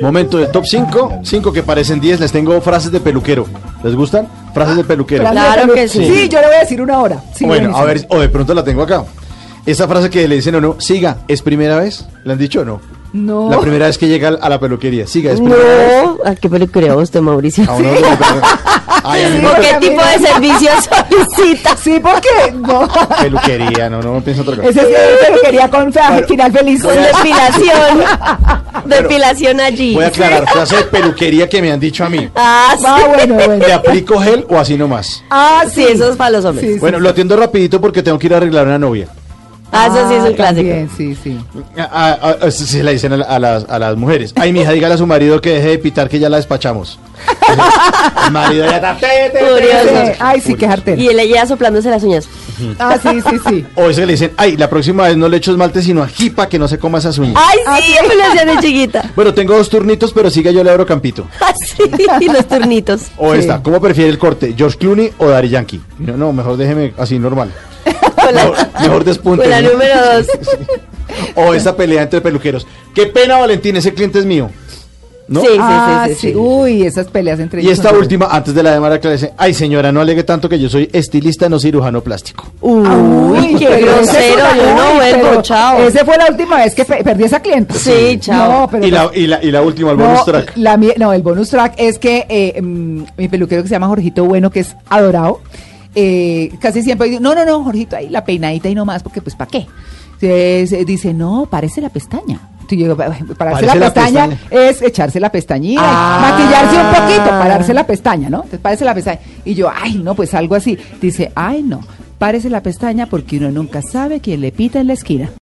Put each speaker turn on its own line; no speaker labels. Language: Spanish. Momento del top 5. 5 que parecen 10. Les tengo frases de peluquero. ¿Les gustan? Frases de peluquero.
Frases de
Claro que
peluquero.
sí.
Sí, yo le voy a decir una hora. Sí,
bueno,
buenísimo.
a ver, o de pronto la tengo acá. Esa frase que le dicen o no, siga, ¿es primera vez? ¿Le han dicho o no?
No.
La primera vez que llega a la peluquería, siga, ¿es primera vez?
No, ¿a qué peluquería usted, Mauricio?
A uno le preguntan, Ay, a mí me
¿Por
Porque
qué
a mí
tipo de
no-
servicio solicita?
Sí, ¿por qué? No.
peluquería, no, no me pienso otra cosa.
Ese sí es peluquería con fe- final feliz.
Con depilación. Depilación allí.
Voy a aclarar, frase de peluquería que me han dicho a mí.
Ah, sí.
Ah, bueno, bueno.
¿Le aplico gel o así nomás?
Ah, sí, eso es para los hombres.
Sí,
Bueno, lo atiendo rapidito porque tengo que ir a arreglar una novia.
Ah, eso sí es un
Ah,
clásico.
también, sí, sí.
A- a- a- esto se la dicen a, la- a las, a las mujeres. Ay, mija, dígale a su marido que deje de pitar que ya la despachamos. El marido ya está... te, te, te,
Curioso.
te.
Ay, sí, qué jartera.
Y él ella soplándose las uñas.
Ah, sí, sí, sí.
O eso que le dicen, ay, la próxima vez no le echo esmalte sino ají para que no se coma esas uñas.
Ah,
Ay, sí, me lo hacía de chiquita.
Bueno, tengo dos turnitos, pero siga yo le abro campito.
Así, los turnitos.
O
Sí.
esta, ¿cómo prefiere el corte? ¿George Clooney o Daddy Yankee? No, no, mejor déjeme así normal.
Con la,
Mejor, mejor despunte.
con la
¿no?
número dos.
O esta pelea entre peluqueros. Qué pena, Valentín, ese cliente es mío. ¿No?
Sí, sí,
ah,
sí, sí, sí.
Uy, esas peleas entre
Y
ellos
esta
son-
última, antes de la de Mara Clara, dice, ay señora, no alegue tanto que yo soy estilista, no cirujano plástico.
Uy, qué
pero ese es
grosero.
una-
Yo no
Uy,
vuelvo,
pero
chao.
Esa fue la última vez que pe- perdí esa cliente.
Sí, chao.
No, pero pues,
Y la, y, la, y la última, el
no,
bonus track.
la mie- no, el bonus track es que eh, mm, mi peluquero que se llama Jorgito Bueno, que es adorado, eh, casi siempre dice, no, no, no, Jorgito, ahí la peinadita y no más, porque pues ¿para qué? Entonces, eh, dice, no, parece la pestaña. Entonces, yo digo, "Ay, pararse la
Parece la
pestaña,
pestaña.
es echarse la pestañina,
Ah.
maquillarse un poquito, pararse la pestaña, ¿no? Entonces parece la pestaña. Y yo, ay, no, pues algo así. Dice, ay, no, parece la pestaña porque uno nunca sabe quién le pita en la esquina.